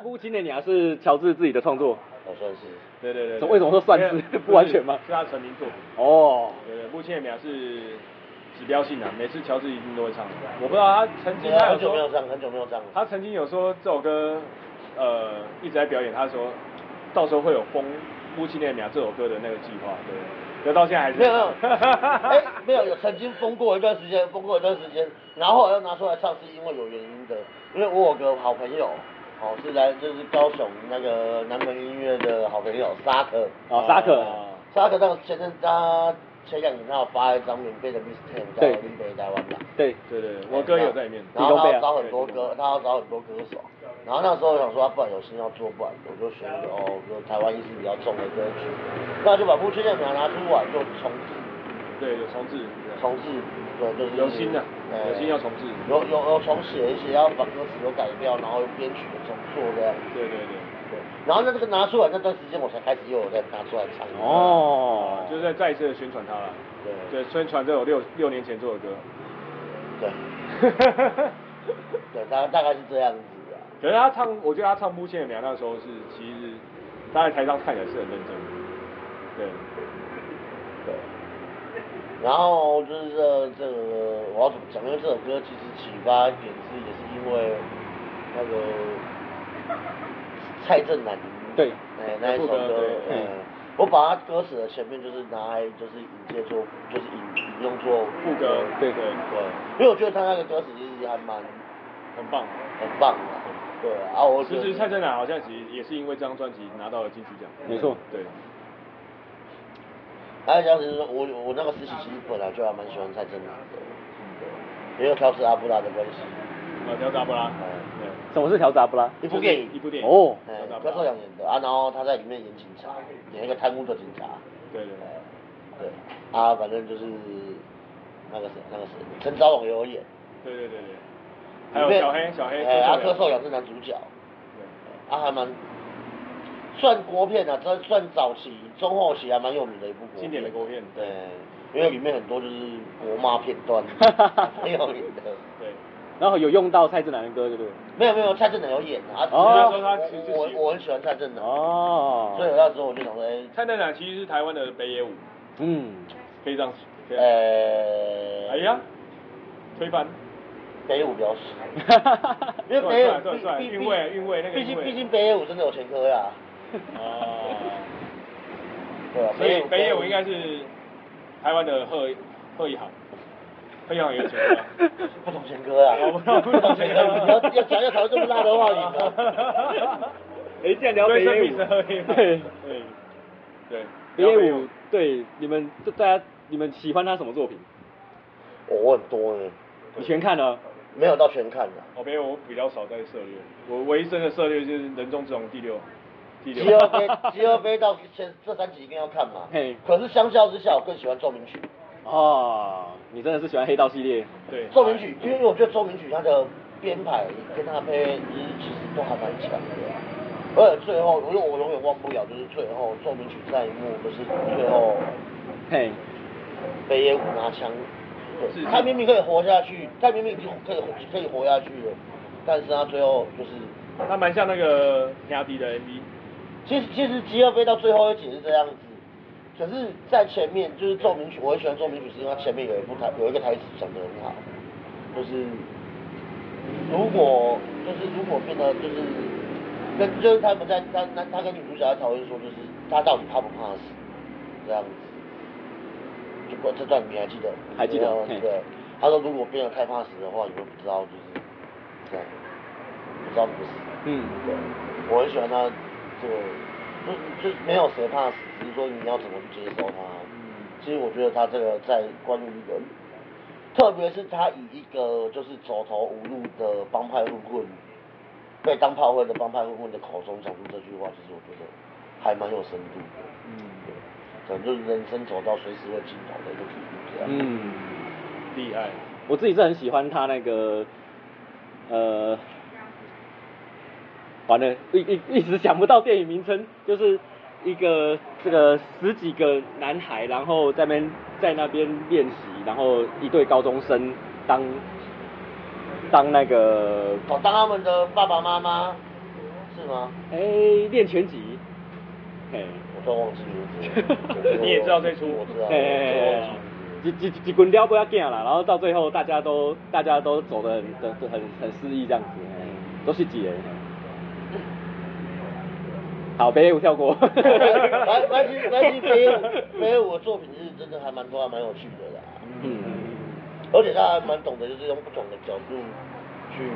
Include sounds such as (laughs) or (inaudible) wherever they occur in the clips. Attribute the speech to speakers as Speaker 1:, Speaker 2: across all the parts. Speaker 1: 乎今年你还是乔治自己的创作，
Speaker 2: 我算是
Speaker 3: 对对对
Speaker 1: 为什么说算是不完全吗
Speaker 3: 是他成名作品。
Speaker 1: 哦，
Speaker 3: 对对，目前也表是指标性的、啊每次乔治一定都会唱。我不知道他曾经他
Speaker 2: 啊很
Speaker 3: 有
Speaker 2: 久没有
Speaker 3: 说，
Speaker 2: 唱，很久没有唱。
Speaker 3: 他曾经有说这首歌，呃，一直在表演，他说到时候会有封《夫妻恋秒》这首歌的那个计划，对。可到现在还是
Speaker 2: 没有没有，哎、没有有曾经封过一段时间，封过一段时间，然后后来又拿出来唱，是因为有原因的，因为我有个好朋友，哦是来就是高雄那个南门音乐的好朋友沙克，
Speaker 1: 哦沙克
Speaker 2: 沙克当前阵他前两年他有发一张免费的 mixtape 叫
Speaker 1: 对
Speaker 2: 《林北台湾》吧。
Speaker 1: 对，
Speaker 3: 对对对，我哥有在里面。
Speaker 2: 然后他要找很多歌，他要找很多歌手。然后那时候我想说，不然有心要做，不然我就选一个哦，就台湾意识比较重的歌曲，那就把《夫妻恋苗》拿出来，就重置，
Speaker 3: 对，有重置，
Speaker 2: 重置，对，就是
Speaker 3: 有心的
Speaker 2: 呃
Speaker 3: 有心要重置
Speaker 2: 有有有重写一些，然后把歌词都改掉，然后编曲也重做这样。
Speaker 3: 对对对，
Speaker 2: 对，然后那这个拿出来那段时间，我才开始又有在拿出来唱。
Speaker 1: 哦
Speaker 3: 哦，，就是在再一次的宣传他了。
Speaker 2: 对
Speaker 3: 对，宣传这首六六年前做的歌。 (laughs)
Speaker 2: 对，对，大大概是这样子啊。
Speaker 3: 可是他唱，我觉得他唱《木线的娘》那时候是，其实他在台上看起来是很认真的。对，
Speaker 2: 对，然后就是这这个我要怎么讲？因为这首歌其实启发点是也是因为那个蔡振南
Speaker 1: 对
Speaker 2: 哎、那一首
Speaker 3: 那
Speaker 2: 歌
Speaker 3: 首歌对，
Speaker 2: 哎
Speaker 1: 嗯
Speaker 2: 我把它歌词的前面就是拿来就是引介做就是引引用做
Speaker 3: 副歌
Speaker 1: 对
Speaker 3: 对
Speaker 2: 对，因为我觉得他那个歌词其实还蛮
Speaker 3: 很棒。
Speaker 2: 很棒的，对啊，我觉
Speaker 3: 其
Speaker 2: 得
Speaker 3: 实蔡振南好像其实也是因为这张专辑拿到了金曲奖。
Speaker 1: 没错
Speaker 3: 对，
Speaker 2: 还有当时我我那个实习其实本来就还蛮喜欢蔡振南的，对，也有调试阿布拉的关系，
Speaker 3: 嗯呃，调查布拉。
Speaker 2: 嗯
Speaker 1: 什么是调杂不啦？
Speaker 2: 一部电影
Speaker 3: 一部电影。
Speaker 1: 哦
Speaker 2: 哎
Speaker 3: 调查布
Speaker 2: 高
Speaker 3: 拉
Speaker 2: 少阳演的啊，然后他在里面演警察，演一个贪污的警察，
Speaker 3: 对对
Speaker 2: 哎对，啊，反正就是那个谁那个谁，陈昭勇也有演，
Speaker 3: 对对对对。还有
Speaker 2: 里面
Speaker 3: 小黑，小黑。
Speaker 2: 哎，啊，
Speaker 3: 柯
Speaker 2: 高
Speaker 3: 受
Speaker 2: 少
Speaker 3: 良
Speaker 2: 阳是男主角，啊，还蛮算国片啊，这算早期中后期还蛮有名的一部国片
Speaker 3: 经典的国片
Speaker 2: 对，因为里面很多就是国骂片
Speaker 3: (laughs)
Speaker 2: 段，很有名的。
Speaker 3: 对。对。
Speaker 1: 然后有用到蔡振南的歌，对不对？
Speaker 2: 没有没有，蔡正南有演啊，只是
Speaker 1: 哦
Speaker 2: 说
Speaker 3: 他其实
Speaker 2: 我
Speaker 3: 喜
Speaker 2: 我我很喜欢蔡正南，
Speaker 1: 哦
Speaker 2: 所以那时候我就想说，哎、
Speaker 3: 蔡振南其实是台湾的北野武，
Speaker 1: 嗯，
Speaker 3: 可以这样。可以
Speaker 1: 哎
Speaker 3: 这样
Speaker 2: 呃，
Speaker 3: 哎呀，推翻。
Speaker 2: 北野武比较
Speaker 1: 哈
Speaker 2: 帅，
Speaker 1: 哈哈哈
Speaker 2: (laughs) 因为
Speaker 3: 哦
Speaker 2: 北野武
Speaker 3: 帅帅帅
Speaker 2: 毕毕
Speaker 3: 啊韵味韵味那个
Speaker 2: 毕
Speaker 3: 韵
Speaker 2: 竟
Speaker 3: 味
Speaker 2: 毕竟北野武真的有前科呀，
Speaker 3: 哦。
Speaker 1: (laughs)
Speaker 2: 对啊，
Speaker 3: (laughs) 所以北野
Speaker 2: 武
Speaker 3: 武应该是台湾的贺贺一航，贺一航
Speaker 1: (laughs)
Speaker 3: 也有钱吧？
Speaker 2: 不懂前科啊，
Speaker 3: 哦我不懂不
Speaker 2: (laughs)
Speaker 3: 懂前科
Speaker 2: 你要要讲要讨论这么大的话语呢，
Speaker 3: (laughs)
Speaker 1: 哎，既然聊北野
Speaker 3: 对生
Speaker 1: 武
Speaker 3: 比是贺一航，
Speaker 1: 对
Speaker 3: 对对，
Speaker 1: 北野武，对你们这大家你们喜欢他什么作品？
Speaker 2: 哦我很多呢，
Speaker 1: 你全看了？
Speaker 2: 没有到全看的，
Speaker 3: 哦，北野武我比较少在涉猎，我唯一真的涉猎就是人中之龙第六，第
Speaker 2: 极
Speaker 3: 六
Speaker 2: 二，杯极二杯到前这三集一定要看嘛
Speaker 1: 嘿，
Speaker 2: 可是相较之下，我更喜欢奏鸣曲。
Speaker 1: 哦，你真的是喜欢黑道系列？
Speaker 3: (laughs) 对，
Speaker 2: 奏鸣曲，因为我觉得奏鸣曲它的编排跟它的配乐其实都还蛮强的。而且最后，我我永远忘不了，就是最后奏鸣曲那一幕，就是最后
Speaker 1: 嘿，
Speaker 2: 北野武拿枪，对
Speaker 3: 是
Speaker 2: 他明明可以活下去，他明明已经可以可以活下去了，但是他最后就是，
Speaker 3: 他蛮像那个亚迪的 MV，
Speaker 2: 其实其实吉尔飞到最后一集是这样子，可是，在前面就是奏鸣曲，我很喜欢奏鸣曲，是因为它前面有一部台有一个台词讲得很好，就是如果就是如果变得就是，那就是他们在他他他跟女主角在讨论说，就是他到底怕不怕死这样子。就过这段你还记得？
Speaker 1: 还记得
Speaker 2: 你
Speaker 1: 嘿
Speaker 2: 知道对，他说如果变得太怕死的话，你就不知道就是这样，不知道怎么死。
Speaker 1: 嗯
Speaker 2: 对，我很喜欢他这个，就就没有谁怕死，只是说你要怎么去接受它。其实我觉得他这个在关于一个，特别是他以一个就是走投无路的帮派混混，被当炮灰的帮派混混的口中讲出这句话，其实我觉得还蛮有深度的。
Speaker 3: 嗯
Speaker 2: 对，可能就是人生走到随时会尽头的一个体啊悟这样。
Speaker 1: 嗯，
Speaker 3: 厉害，
Speaker 1: 我自己是很喜欢他那个，呃，完了，一一一直想不到电影名称，就是一个这个十几个男孩，然后在那边在那边练习，然后一对高中生当当那个
Speaker 2: 哦，当他们的爸爸妈妈是是吗？
Speaker 1: 哎、练拳击，嘿，
Speaker 2: 我突然忘记名字了
Speaker 3: (laughs) 。你也知道这出
Speaker 2: 我知道，我突然忘
Speaker 1: 嘿
Speaker 2: 记名字了。
Speaker 1: 几几几滚撩不要见啦，然后到最后大家都大家都走的很很很很肆意这样子，嘿都是几人。嘿好，别我跳过。
Speaker 2: 蛮蛮其蛮其北野北野武的作品是真的还蛮多还蛮有趣的啦，
Speaker 1: 嗯，
Speaker 2: 而且他还蛮懂得就是用不同的角度去嗯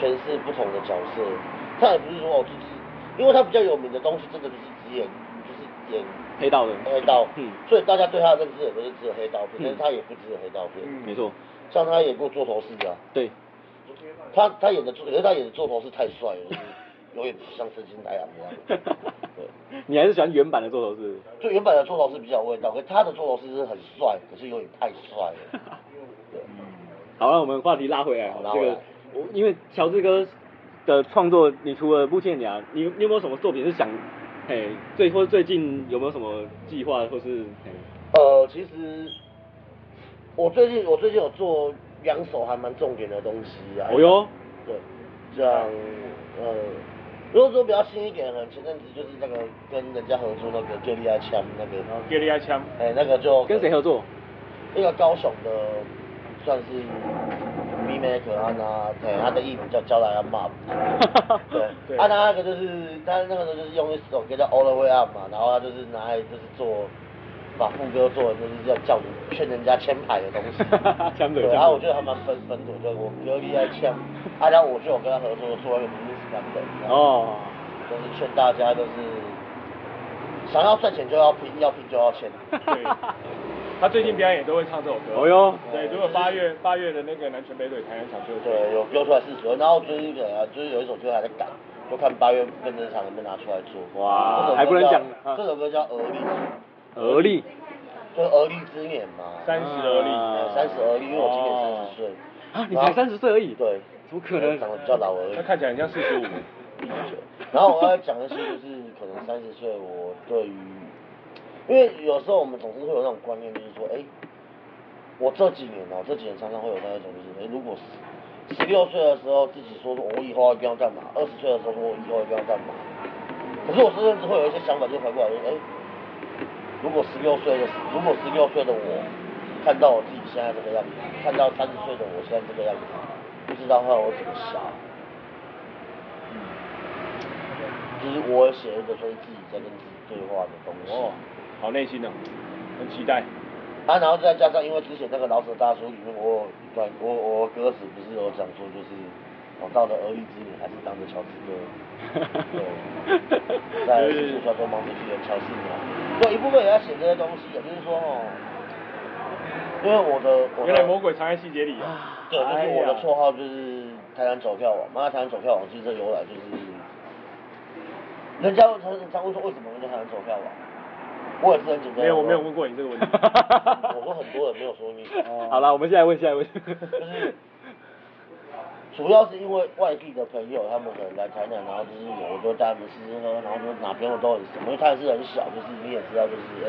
Speaker 2: 诠释不同的角色，他也不是说我就是，因为他比较有名的东西真的就是只演就是演
Speaker 1: 黑道的。
Speaker 2: 黑道，
Speaker 1: 嗯，
Speaker 2: 所以大家对他的认知也不是只有黑道片，
Speaker 1: 嗯
Speaker 2: 但是他也不只有黑道片，
Speaker 3: 嗯
Speaker 1: 没错，
Speaker 2: 像他演过做头饰啊，
Speaker 1: 对， (laughs)
Speaker 2: 他他演的做，可是他演的做头饰太帅了，就是有点像真金白羊一
Speaker 1: (laughs)
Speaker 2: 样，对。
Speaker 1: 你还是喜欢原版的座头是不是？
Speaker 2: 就原本的做头是比较有味道，可是他的做头是很帅，可是有点太帅了。对，
Speaker 1: 嗯好，那我们话题拉回来好了。
Speaker 2: 好
Speaker 1: 这
Speaker 2: 拉回
Speaker 1: 个
Speaker 2: 来，
Speaker 1: 我因为乔治哥的创作，你除了《木剑娘》，你你有没有什么作品是想，哎，最或最近有没有什么计划，或是哎，
Speaker 2: 呃，其实我最近我最近有做两首还蛮重点的东西啊。
Speaker 1: 哦哟，
Speaker 2: 对，像呃，如果说比较新一点的，前阵子就是那个跟人家合作那个《就厉害枪》那个，
Speaker 3: 然后 g a l i 枪，
Speaker 2: 哎、那个就
Speaker 1: 哦跟谁合作？。
Speaker 2: 一个高雄的算是 B Maker 安娜，对，他的艺名叫娇兰安妈。
Speaker 3: 对
Speaker 2: 对，安娜那个就是他那个时候就是用一首歌叫 All the Way Up 嘛，然后他就是拿来就是做把副歌做的就是要叫你劝人家签牌的东西对
Speaker 1: (laughs)
Speaker 2: 啊
Speaker 1: 签牌
Speaker 2: 然后我觉得还蛮分分土，就我哥厉害签，啊，然后我就有跟他合作做一个 music 版本。
Speaker 1: (laughs) 哦，
Speaker 2: 就是劝大家就是想要赚钱就要拼，要拼就要签。
Speaker 3: 对，他最近表演也都会唱这首歌。
Speaker 1: 哦哟
Speaker 3: 对，如果八月八月的那个南拳北腿台南场就有
Speaker 2: 对，有丢出来四十然后就是对啊，就是有一首歌还在赶，就看八月份这场能不能拿出来做。
Speaker 1: 哇
Speaker 2: 这首歌
Speaker 1: 还不能
Speaker 2: 叫
Speaker 1: 讲啊
Speaker 2: 这首歌叫《而立
Speaker 1: 俄力，》，
Speaker 2: 就是而立之年嘛。
Speaker 3: 三十而立，
Speaker 2: 呃三十而立，因为我今年三十岁。
Speaker 1: 啊，你才三十岁而已。
Speaker 2: 对。
Speaker 1: 怎么可能？
Speaker 2: 长得比较老而已
Speaker 3: 他。看起来很像四十五。
Speaker 2: 然后我要讲的是，就是可能三十岁，我对于，因为有时候我们总是会有那种观念，就是说，哎、我这几年哦、这几年常常会有那一种，就是，哎、如果十十六岁的时候自己说说我以后要一定要干嘛，二十岁的时候说我以后一定要干嘛，可是我甚至会有一些想法，就反过来就是，哎、如果十六岁的，如果十六岁的我看到我自己现在这个样子，看到三十岁的我现在这个样子，不知道他我怎么想。就是我有写一个，所以自己在跟自己对话的东西。
Speaker 3: 哦，好内心哦，很期待。
Speaker 2: 啊，然后再加上，因为之前那个老舍大叔里面，我有一段，我我歌词不是有讲说，就是我到了而立之年，还是当着乔治哥，
Speaker 3: (laughs)
Speaker 2: 对，在艺术叫做忙着去的乔治嘛。对，一部分也要写这些东西，也就是说哦，因为我的我
Speaker 3: 原来
Speaker 2: 的
Speaker 3: 魔鬼藏在细节里啊！
Speaker 2: 对，就是
Speaker 3: 哎
Speaker 2: 我的
Speaker 3: 呀
Speaker 2: 绰号就是台南走跳王。那台南走跳王其实这由来就是，人家常常会说为什么我叫台南走跳王，我也是很简单啊地说。
Speaker 3: 哎没有，我没有问过你这个
Speaker 2: (laughs)
Speaker 3: 问题。
Speaker 2: 我说很多人没有说你，
Speaker 1: (laughs) 好了，我们现在问，现在问。
Speaker 2: 就是主要是因为外地的朋友，他们可能来台南，然后就是我就带他们吃吃喝，然后就哪边我都很熟，因为他也是很小，就是你也知道，就是哎，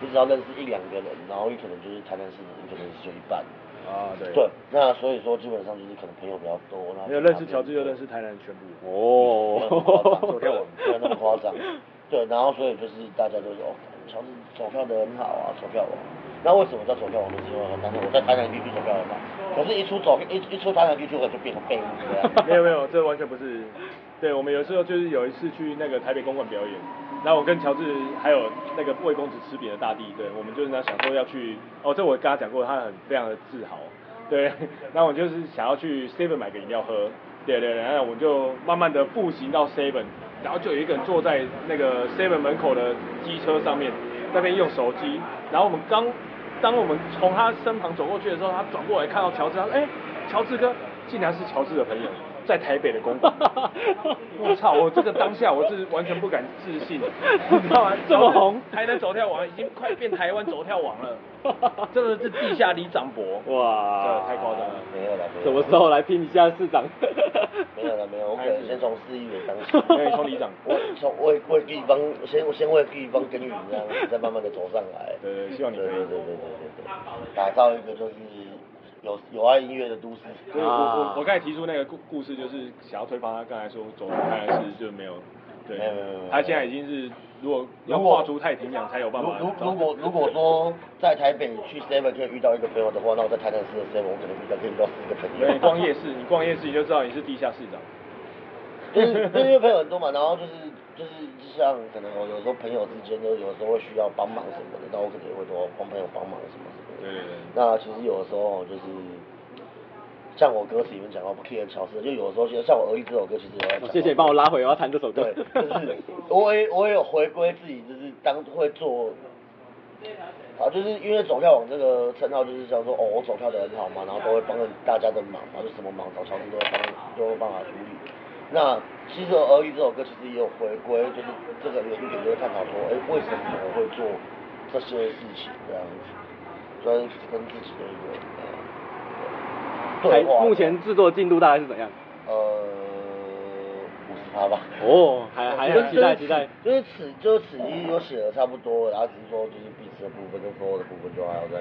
Speaker 2: 你只要认识一两个人，然后你可能就是台南市，你可能就一半。
Speaker 3: 啊，对。
Speaker 2: 对，那所以说基本上就是可能朋友比较多，然后
Speaker 3: 没有认识乔治，就认识台南全部。 (laughs)
Speaker 2: 没有那么夸
Speaker 1: 哦
Speaker 2: 张，走跳我们没有那么夸张，对，然后所以就是大家都说哦，乔治走跳的很好啊，走跳王。那为什么叫走跳王？就是因为当时我在台南地区走跳很好，可是一出走一一出台南地区，我就变成废物了呀。
Speaker 3: 没有没有，这完全不是。对，我们有时候就是有一次去那个台北公馆表演，然后我跟乔治还有那个魏公子吃瘪的大地，对，我们就是呢想说要去，哦，这我跟他讲过，他很非常的自豪，对， (laughs) 那我就是想要去 Seven 买个饮料喝，对对对，然后我就慢慢的步行到 Seven，然后就有一个人坐在那个 Seven 门口的机车上面，在那边用手机，然后我们刚当我们从他身旁走过去的时候，他转过来看到乔治，他说：“哎、乔治哥，竟然是乔治的朋友，在台北的公馆。” (laughs) 我操！我这个当下我是完全不敢置
Speaker 2: (laughs)
Speaker 3: 信，你知道吗？
Speaker 1: 这么红
Speaker 3: 台南走跳王已经快变台湾走跳王
Speaker 2: (laughs)
Speaker 3: 了，真的是地下里长伯。
Speaker 1: (laughs) 哇
Speaker 3: 这太夸张了。
Speaker 2: 没有了，没有啦
Speaker 1: 什么时候来拼一下市长？
Speaker 2: 没有了，没有，我可能先从市议员当起。
Speaker 3: 没哎有你从里长
Speaker 2: (laughs) 我从为为地方先我先为地方耕耘这样子，再慢慢的走上来。
Speaker 3: 对对希望你可以
Speaker 2: 对对对对对对，打造一个就是有有爱音乐的都市。
Speaker 3: 所以我我我刚才提出那个故故事，就是想要推翻他刚才说走出泰然是就没有，对
Speaker 2: 没有没有没有没有，
Speaker 3: 他现在已经是如果要
Speaker 2: 如果
Speaker 3: 跨出太平洋才有办法
Speaker 2: 如如
Speaker 3: 找
Speaker 2: 如果如果说在台北去 Seven 可以遇到一个朋友的话，那我在台南市的 Seven 我可能遇到可以遇到四个朋
Speaker 3: (laughs) 对，
Speaker 2: 友。
Speaker 3: 你逛夜市，你逛夜市你就知道你是地下市长。
Speaker 2: (laughs) 就是就是因为朋友很多嘛，然后就是就是就像可能我有时候朋友之间都有时候会需要帮忙什么的，那我可能也会多帮朋友帮忙什么什么的。
Speaker 3: 对对对
Speaker 2: 那其实有的时候就是像我歌词里面讲到不 care 乔事，就有的时候其实像我《儿一》这首歌，其实我在讲到
Speaker 1: 哦谢谢你帮我拉回，我要弹这首歌 (laughs)
Speaker 2: 对，。就是我也我也有回归自己，就是当会做。啊，就是因为走票网这个称号，就是叫做哦，我走票的很好嘛，然后都会帮大家的忙嘛，就什么忙找乔治都会帮，都会帮忙处理。那其实《而已》这首歌其实也有回归，就是这个原点，就是探讨说，哎、为什么我会做这些事情这样子，所以跟自己的一个呃对
Speaker 1: 还
Speaker 2: 话。
Speaker 1: 目前制作进度大概是怎样？
Speaker 2: 呃五十趴吧。
Speaker 1: 哦，还还
Speaker 2: 就是
Speaker 1: 很期待期待。。
Speaker 2: 就是此就是此一都写的差不多了，然后只是说就是彼此的部分跟所有的部分就还要再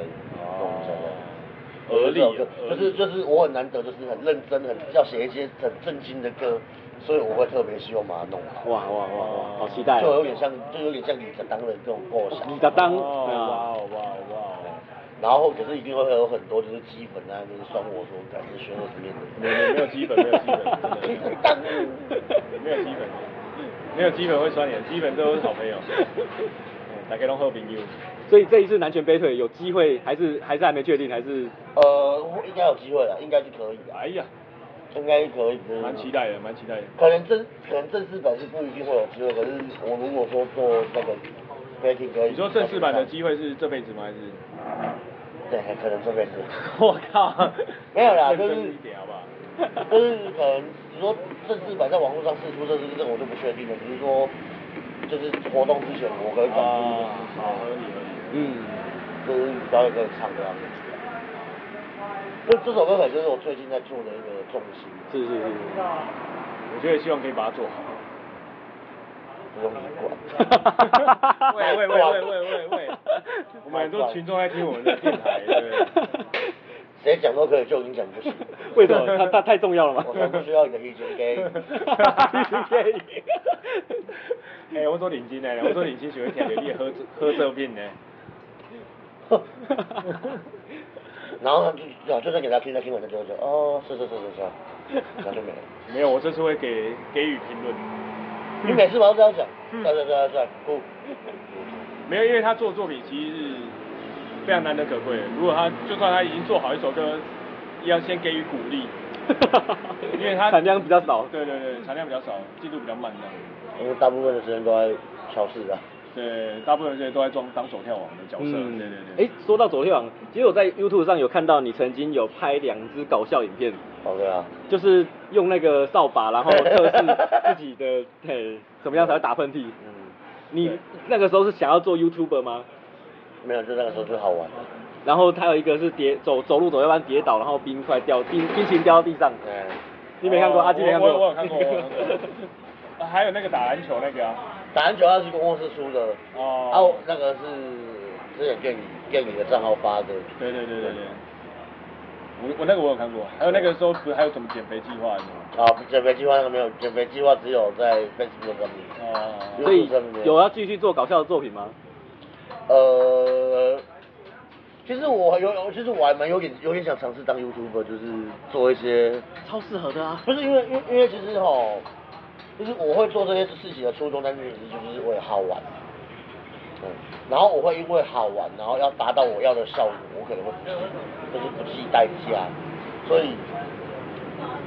Speaker 2: 弄一下这样子。
Speaker 3: 而立啊
Speaker 2: 就
Speaker 3: 而立
Speaker 2: 是就是我很难得，就是很认真，很要写一些很正经的歌，所以我会特别希望把它弄好。
Speaker 1: 哇哇哇哇，好期待
Speaker 2: 就
Speaker 1: 哦！
Speaker 2: 有点像，就有点像李可当的这种构想。
Speaker 1: 你的当
Speaker 3: 哦
Speaker 1: 对啊
Speaker 3: 哇哦哇哦哇哦！
Speaker 2: 然后可是一定会有很多就是基本啊，就是酸我说，感觉学我什么
Speaker 3: 没没没有基本，没有基本，真的
Speaker 2: 当
Speaker 3: 没有基本，没有基本会酸脸，基本都是好 (laughs) 朋友。嗯大家都喝朋友，
Speaker 1: 所以这一次南拳北腿有机会，还是还是还没确定，还是
Speaker 2: 呃，应该有机会了，应该是可以的，
Speaker 3: 哎呀，
Speaker 2: 应该可以。
Speaker 3: 蛮期待的，蛮期待的。
Speaker 2: 可能正可能正式版是不一定会有机会，可是我如果说做那个 breaking 歌，
Speaker 3: 你说正式版的机会是这辈子吗？还是？
Speaker 2: 对，可能这辈子，
Speaker 3: (laughs) 我靠！
Speaker 2: 没有啦
Speaker 3: 认真
Speaker 2: 就是
Speaker 3: 一点好不好？
Speaker 2: 就是可能你说正式版在网络上试出这是这个我就不确定了，只是说就是活动之前我可以讲
Speaker 3: 啊，好合理
Speaker 2: 出
Speaker 3: 合理。
Speaker 1: 嗯，
Speaker 2: 就是表演可以唱这样子。就这首歌可能就是我最近在做的一个重心，
Speaker 1: 是是是，
Speaker 3: 我觉得希望可以把它做好。
Speaker 2: 不用你管。
Speaker 3: 喂喂喂喂喂喂
Speaker 1: (laughs)
Speaker 3: 喂，我们很多群众在听我们的电台，对不对？
Speaker 1: (laughs)
Speaker 2: 谁讲都可以，就你讲不行。
Speaker 1: 为什么？它它太重要了吗？
Speaker 2: 我才不需要你的意见
Speaker 3: (laughs)
Speaker 2: 给。
Speaker 3: 哎、我做领巾呢，我做领巾喜欢听你的喝喝这片呢。
Speaker 2: 然后呢，就就算给他听，他听完他就会说，哦，是是是是是，然后就没了。
Speaker 3: 没有，我这次会给给予评论。
Speaker 2: 你每次晚上都这样讲，算算算算，不，
Speaker 3: 没有，因为他做作品其实是非常难得可贵的。如果他就算他已经做好一首歌，也要先给予鼓励，因为他
Speaker 1: 产量比较少
Speaker 3: 对对对，产量比较少，进度比较慢这样。
Speaker 2: 我们大部分的时间都在调试啊。
Speaker 3: 对，大部分时间都在装当手跳王的角色。对对对。
Speaker 1: 哎，说到左天王，其实我在 YouTube 上有看到你曾经有拍两支搞笑影片，
Speaker 2: 哦对啊，
Speaker 1: 就是用那个扫把，然后测试自己
Speaker 3: (laughs)
Speaker 1: 的，嘿，怎么样才会打喷嚏？
Speaker 2: 嗯，
Speaker 1: 你
Speaker 3: 对
Speaker 1: 那个时候是想要做 YouTuber 吗？
Speaker 2: 没有，就那个时候就好玩了。
Speaker 1: 然后还有一个是跌走走路走，要不然跌倒，然后冰块掉冰冰淇淋掉到地上。
Speaker 2: 嗯，
Speaker 1: 你没看过？
Speaker 3: 哦
Speaker 1: 阿基没看
Speaker 3: 我
Speaker 1: 过。
Speaker 3: 我我有看过，我有看过。 (laughs) 啊还有那个打篮球那个啊，
Speaker 2: 打篮球要去公共室出的，
Speaker 3: 哦
Speaker 2: 啊，我那个是之前给你给你的账号发的。
Speaker 3: 对对对对对。我我那个我有看过，还有那个时候不是还有什么减肥计划什么？
Speaker 2: 啊，减肥计划那个没有，减肥计划只有在 Facebook 上面。
Speaker 3: 哦，
Speaker 1: (laughs) 所以有要继续做搞笑的作品吗？
Speaker 2: 呃，其实我有，其实我还蛮有点有点想尝试当 YouTuber，就是做一些，
Speaker 1: 超适合的啊。
Speaker 2: 不是因为因为因为其实哈，就是我会做这些事情的初衷，单纯就是为了好玩。嗯，然后我会因为好玩，然后要达到我要的效果，我可能会不计，就是不计代价。所以，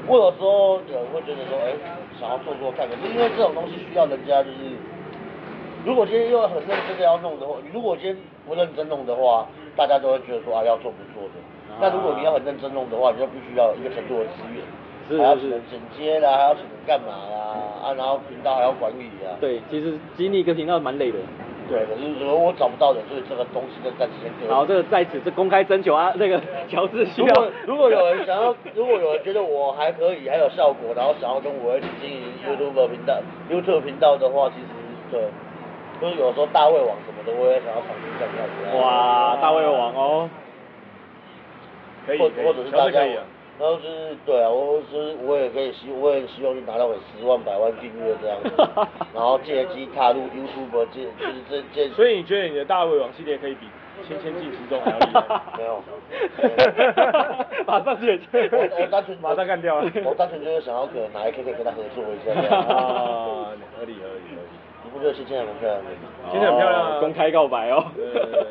Speaker 2: 我有时候有人会觉得说，哎，想要做做看，可是因为这种东西需要人家就是，如果今天又很认真的要弄的话，如果今天不认真弄的话，大家都会觉得说啊要做不做的。那如果你要很认真弄的话，你就必须要有一个程度的资源，
Speaker 1: 是
Speaker 2: 还要
Speaker 1: 是是
Speaker 2: 请人剪接啦，还要请人干嘛啦，啊，然后频道还要管理啊。
Speaker 1: (laughs) 对，其实经历一个频道蛮累的。
Speaker 2: 对，可是如果我找不到人，所以这个东西就暂时先搁。
Speaker 1: 好，这个在此这公开征求啊，那个乔治需
Speaker 2: 如
Speaker 1: (laughs) 要
Speaker 2: 果。如果有人
Speaker 1: (laughs)
Speaker 2: 想要，如果有人觉得我还可以，还有效果，然后想要跟我一起经营 YouTube 频道、YouTube 频道的话，其实对，就是有时候大胃王什么的，我也想要尝试一下这样子啊。
Speaker 1: 哇，大胃王哦。，
Speaker 3: 可以
Speaker 2: 或
Speaker 3: 可以
Speaker 2: 或者是
Speaker 3: 乔
Speaker 2: 大
Speaker 3: 治
Speaker 2: 家
Speaker 3: 可以啊，
Speaker 2: 然后就是对啊，我就是我也可以希，我也希望去拿到个十万百万订阅这样子，然后借机踏入 YouTube 界，就是这这，
Speaker 3: 所以你觉得你的大胃王系列可以比《千千进食中》还要厉害？
Speaker 2: 没有
Speaker 1: 马上解决
Speaker 2: 我我单纯
Speaker 3: 马上干掉了
Speaker 2: 我单纯就是想要可能哪一天可以跟他合作一下，
Speaker 3: 啊，合理合理合理。
Speaker 2: 你不觉得现在很漂亮吗？
Speaker 3: 现在很漂亮啊
Speaker 1: 哦公开告白哦。
Speaker 3: 对对对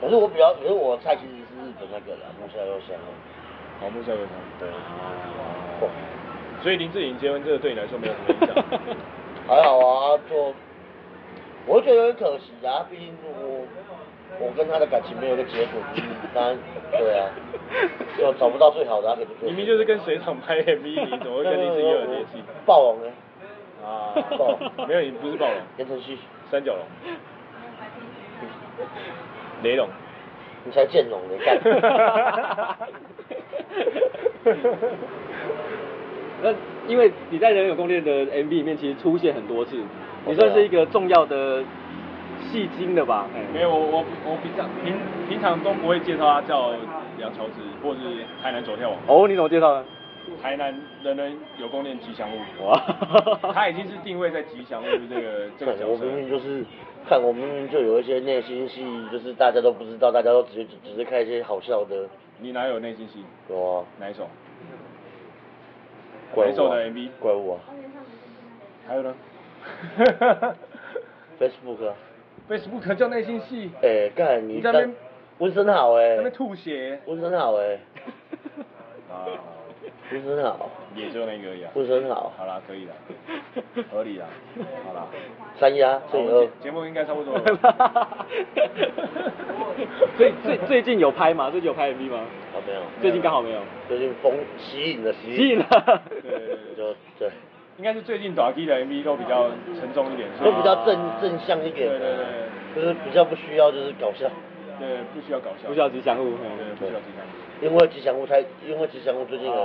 Speaker 2: 可是我比较，可是我菜其实是日本那个啦，木下优香啊。
Speaker 3: 好，木下有他。对。
Speaker 2: 哦
Speaker 3: 所以林志颖结婚这个对你来说没有什么影响。
Speaker 2: 还好啊，就我会觉得有点可惜啊，毕竟我我跟他的感情没有一个结果，就是当然对
Speaker 3: (laughs)
Speaker 2: 啊，就找不到最好的、啊，给不
Speaker 3: 明明就是跟水厂拍 MV，你怎么会跟林志颖有联系？
Speaker 2: (laughs) 暴龙呢？
Speaker 3: 啊
Speaker 2: 暴，
Speaker 3: (laughs) 没有，你不是暴龙，
Speaker 2: 言承旭，
Speaker 3: 三角龙，雷龙。
Speaker 2: 你才见龙呢，干
Speaker 1: 那因为你在《人有攻略》的 MV 里面其实出现很多次，你算是一个重要的戏精了吧？哎
Speaker 3: 没有，我我我平常平平常都不会介绍他叫杨乔治，或是台南走跳王，
Speaker 1: 哦，你怎么介 (laughs) 绍的？
Speaker 3: 台南人人有功练吉祥物。
Speaker 1: 哇
Speaker 3: (laughs) 他已经是定位在吉祥物
Speaker 2: (laughs)
Speaker 3: 这个 (laughs) 这个
Speaker 2: 看
Speaker 3: 角
Speaker 2: 我
Speaker 3: 色。
Speaker 2: 明明就是，看我明明就有一些内心戏，就是大家都不知道，大家都只是只是看一些好笑的，
Speaker 3: 你哪有内心戏？
Speaker 2: 有啊，
Speaker 3: 哪一首？
Speaker 2: 怪
Speaker 3: 哪一
Speaker 2: 物
Speaker 3: 首
Speaker 2: 啊
Speaker 3: 的 MV？，
Speaker 2: 怪物啊
Speaker 3: 还有呢 (laughs)
Speaker 2: ，Facebook 啊，
Speaker 3: ？Facebook 叫内心戏，
Speaker 2: 哎、干你
Speaker 3: 你在那边
Speaker 2: 纹身好哎、
Speaker 3: 在那边吐血。
Speaker 2: (laughs) 纹身好哎、
Speaker 3: 啊，
Speaker 2: 纹身好，
Speaker 3: 也就那个而已啊。
Speaker 2: 纹身好，
Speaker 3: 好啦，可以啦，合
Speaker 1: 啊
Speaker 3: 理啦，好啦。
Speaker 2: 三压
Speaker 3: 好
Speaker 2: 乘以呃
Speaker 3: 我们
Speaker 2: 二
Speaker 3: 节，节目应该差不多了
Speaker 2: (laughs)
Speaker 3: 吧。
Speaker 1: 所以最最近有拍吗？最近有拍 MV 吗？
Speaker 2: 好没有，
Speaker 1: 最近刚好没有，
Speaker 2: 最近风吸引了吸
Speaker 1: 吸引
Speaker 2: 引，
Speaker 1: 了。
Speaker 3: 对对对对，
Speaker 2: 就对，
Speaker 3: 应该是最近短 K 的 MV 都比较沉重一点，所以
Speaker 2: 就比较正正向一点，
Speaker 3: 对对对
Speaker 2: 就是比较不需要就是搞笑，
Speaker 3: 对，不需要搞笑，
Speaker 1: 不需要吉祥物。
Speaker 3: 对，
Speaker 2: 嗯
Speaker 3: 对，不需要吉祥物。
Speaker 2: 因为吉祥物太，因为吉祥物最近很，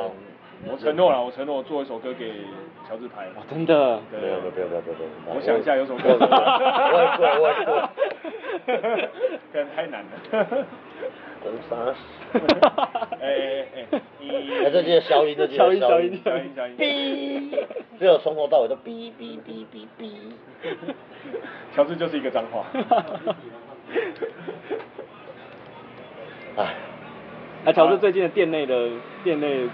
Speaker 3: 我承诺了，我承诺做一首歌给乔治拍。
Speaker 1: 哇，真的。
Speaker 3: 对
Speaker 2: 没有没有没有没有没有没有，没有
Speaker 3: 我想一下有什么
Speaker 2: 我也
Speaker 3: 歌。
Speaker 2: 不会我也不会，
Speaker 3: (laughs) 可能太难了。 (laughs)
Speaker 2: 等啥？ (laughs)
Speaker 3: 哎哎哎，你
Speaker 2: 哎，这就是消音，这就是
Speaker 1: 消音消音
Speaker 2: 音，
Speaker 3: 小音小音。
Speaker 2: 哔，只有从头到尾都哔哔哔哔哔，
Speaker 3: 乔治就是一个脏话。 (laughs)
Speaker 2: 哎，
Speaker 1: 那乔治最近的店内的店内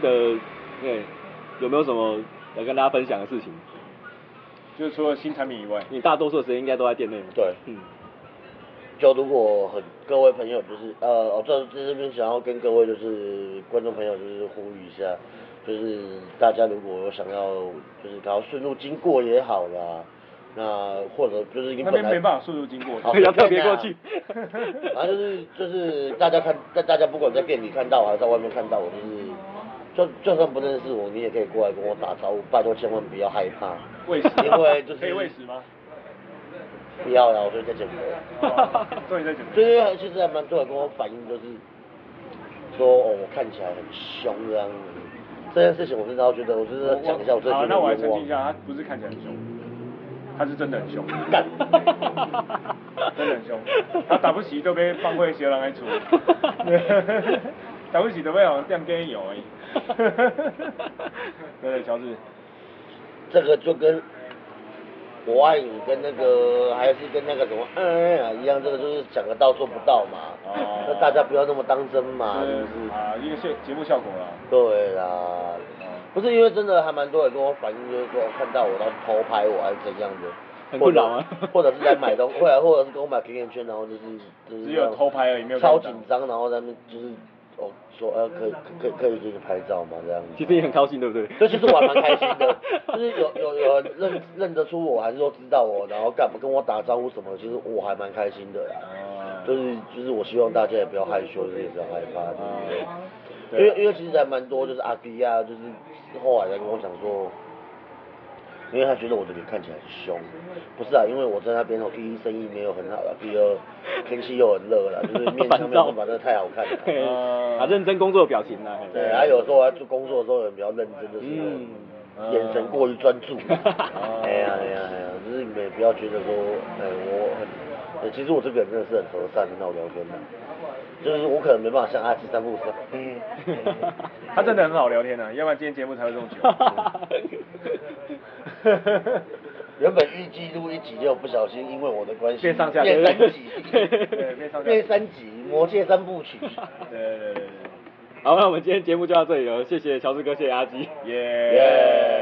Speaker 1: 的对，有没有什么要跟大家分享的事情？
Speaker 3: 就是除了新产品以外，
Speaker 1: 你大多数的时间应该都在店内嘛。
Speaker 2: 对
Speaker 1: 嗯。
Speaker 2: 就如果很各位朋友就是呃，我这在这边想要跟各位就是观众朋友就是呼吁一下，就是大家如果有想要就是然后顺路经过也好啦，那或者就是你
Speaker 3: 那
Speaker 2: 本
Speaker 3: 边
Speaker 2: 来
Speaker 3: 没办法速度经过。
Speaker 2: 好
Speaker 1: 要特别过
Speaker 3: (laughs)
Speaker 1: 去
Speaker 2: 然后就是就是大家看，大大家不管在店里看到还是在外面看到我，就是就就算不认识我，你也可以过来跟我打招呼，拜托千万不要害怕，
Speaker 3: (laughs) 喂食，
Speaker 2: 因为就是
Speaker 3: 可以喂食
Speaker 2: (laughs)
Speaker 3: 吗？
Speaker 2: 不要啦，我最近在减肥，
Speaker 3: 哦终于在准
Speaker 2: 就
Speaker 3: 备。
Speaker 2: 是其实还蛮多人跟我反映，就是说哦，我看起来很凶这样子。这件事情我真的要觉得，我真的要讲一下我最近
Speaker 3: 好，
Speaker 2: 的
Speaker 3: 那我还
Speaker 2: 愿
Speaker 3: 澄清
Speaker 2: 望
Speaker 3: 一。下，他不是看起来很凶，他是真的很凶，
Speaker 2: 干
Speaker 3: (laughs) 真的很凶，他打不起就被放回小人来处，打不起就被好像店给有而
Speaker 2: (laughs)
Speaker 3: 已。对，乔治，
Speaker 2: 这个就跟我爱你跟那个还是跟那个什么嗯啊一样，这个就是讲得到做不到嘛。
Speaker 3: 哦
Speaker 2: 那大家不要那么当真嘛，是
Speaker 3: 这
Speaker 2: 不
Speaker 3: 是
Speaker 2: 是？
Speaker 3: 啊，一个节节目效果啦。
Speaker 2: 对啦，不是因为真的还蛮多人跟我反映，就是说看到我然后偷拍我还是怎样的。
Speaker 1: 很困扰啊
Speaker 2: 或者或者是 (laughs) 在买东，或者或者是给我买甜甜圈，然后就是就是
Speaker 3: 只有偷拍而已没有看
Speaker 2: 超
Speaker 3: 到
Speaker 2: 紧张，然后在那边就是哦说呃可以可以可以给你拍照吗这样子。
Speaker 1: 其实也很高兴，对不对？
Speaker 2: 所以其实我还蛮开心
Speaker 3: (laughs)
Speaker 2: 的，
Speaker 1: (laughs)
Speaker 2: 就是有有有人认认得出我，还是说知道我，然后干嘛跟我打招呼什么，其实我还蛮开心的
Speaker 3: 啊
Speaker 2: 啦。就是就是我希望大家也不要害羞，就是也不要害怕，
Speaker 3: 啊
Speaker 2: 就是因为因为其实还蛮多就是阿迪啊，就是后来才跟我讲说，因为他觉得我的脸看起来很凶，不是啊，因为我在那边哦，第一生意没有很好了，第二天气又很热了，
Speaker 3: (laughs)
Speaker 2: 就是
Speaker 1: (laughs)
Speaker 2: 面相没有办法，真的太好看了。嗯
Speaker 1: 嘿啊，认真工作的表情呢？嘿
Speaker 2: 对，然后有时候在做工作的时候也比较认真，就是 (laughs)
Speaker 1: 嗯
Speaker 2: 眼神
Speaker 3: (laughs)
Speaker 2: 过于专注。
Speaker 1: 哦
Speaker 2: 哎呀哎呀哎呀，就是你们也不要觉得说，哎，我很对，其实我这个人真的是很和善、很好聊天的，就是我可能没办法像阿七三步三，嗯，
Speaker 3: (laughs) 他真的很好聊天啊，要不然今天节目才会这么
Speaker 2: (laughs)
Speaker 3: 久。
Speaker 2: 原本预计录一集，就不小心因为我的关系
Speaker 3: 变上下集
Speaker 2: 变三集，
Speaker 3: 对
Speaker 1: (laughs)
Speaker 3: 变上下集
Speaker 2: (laughs) 变三集，魔界三部
Speaker 3: (laughs)
Speaker 2: 曲，
Speaker 3: 对对对对
Speaker 1: 好，那我们今天节目就到这里了，谢谢乔治哥，谢谢阿基，
Speaker 3: 对，
Speaker 2: 耶、
Speaker 3: 耶。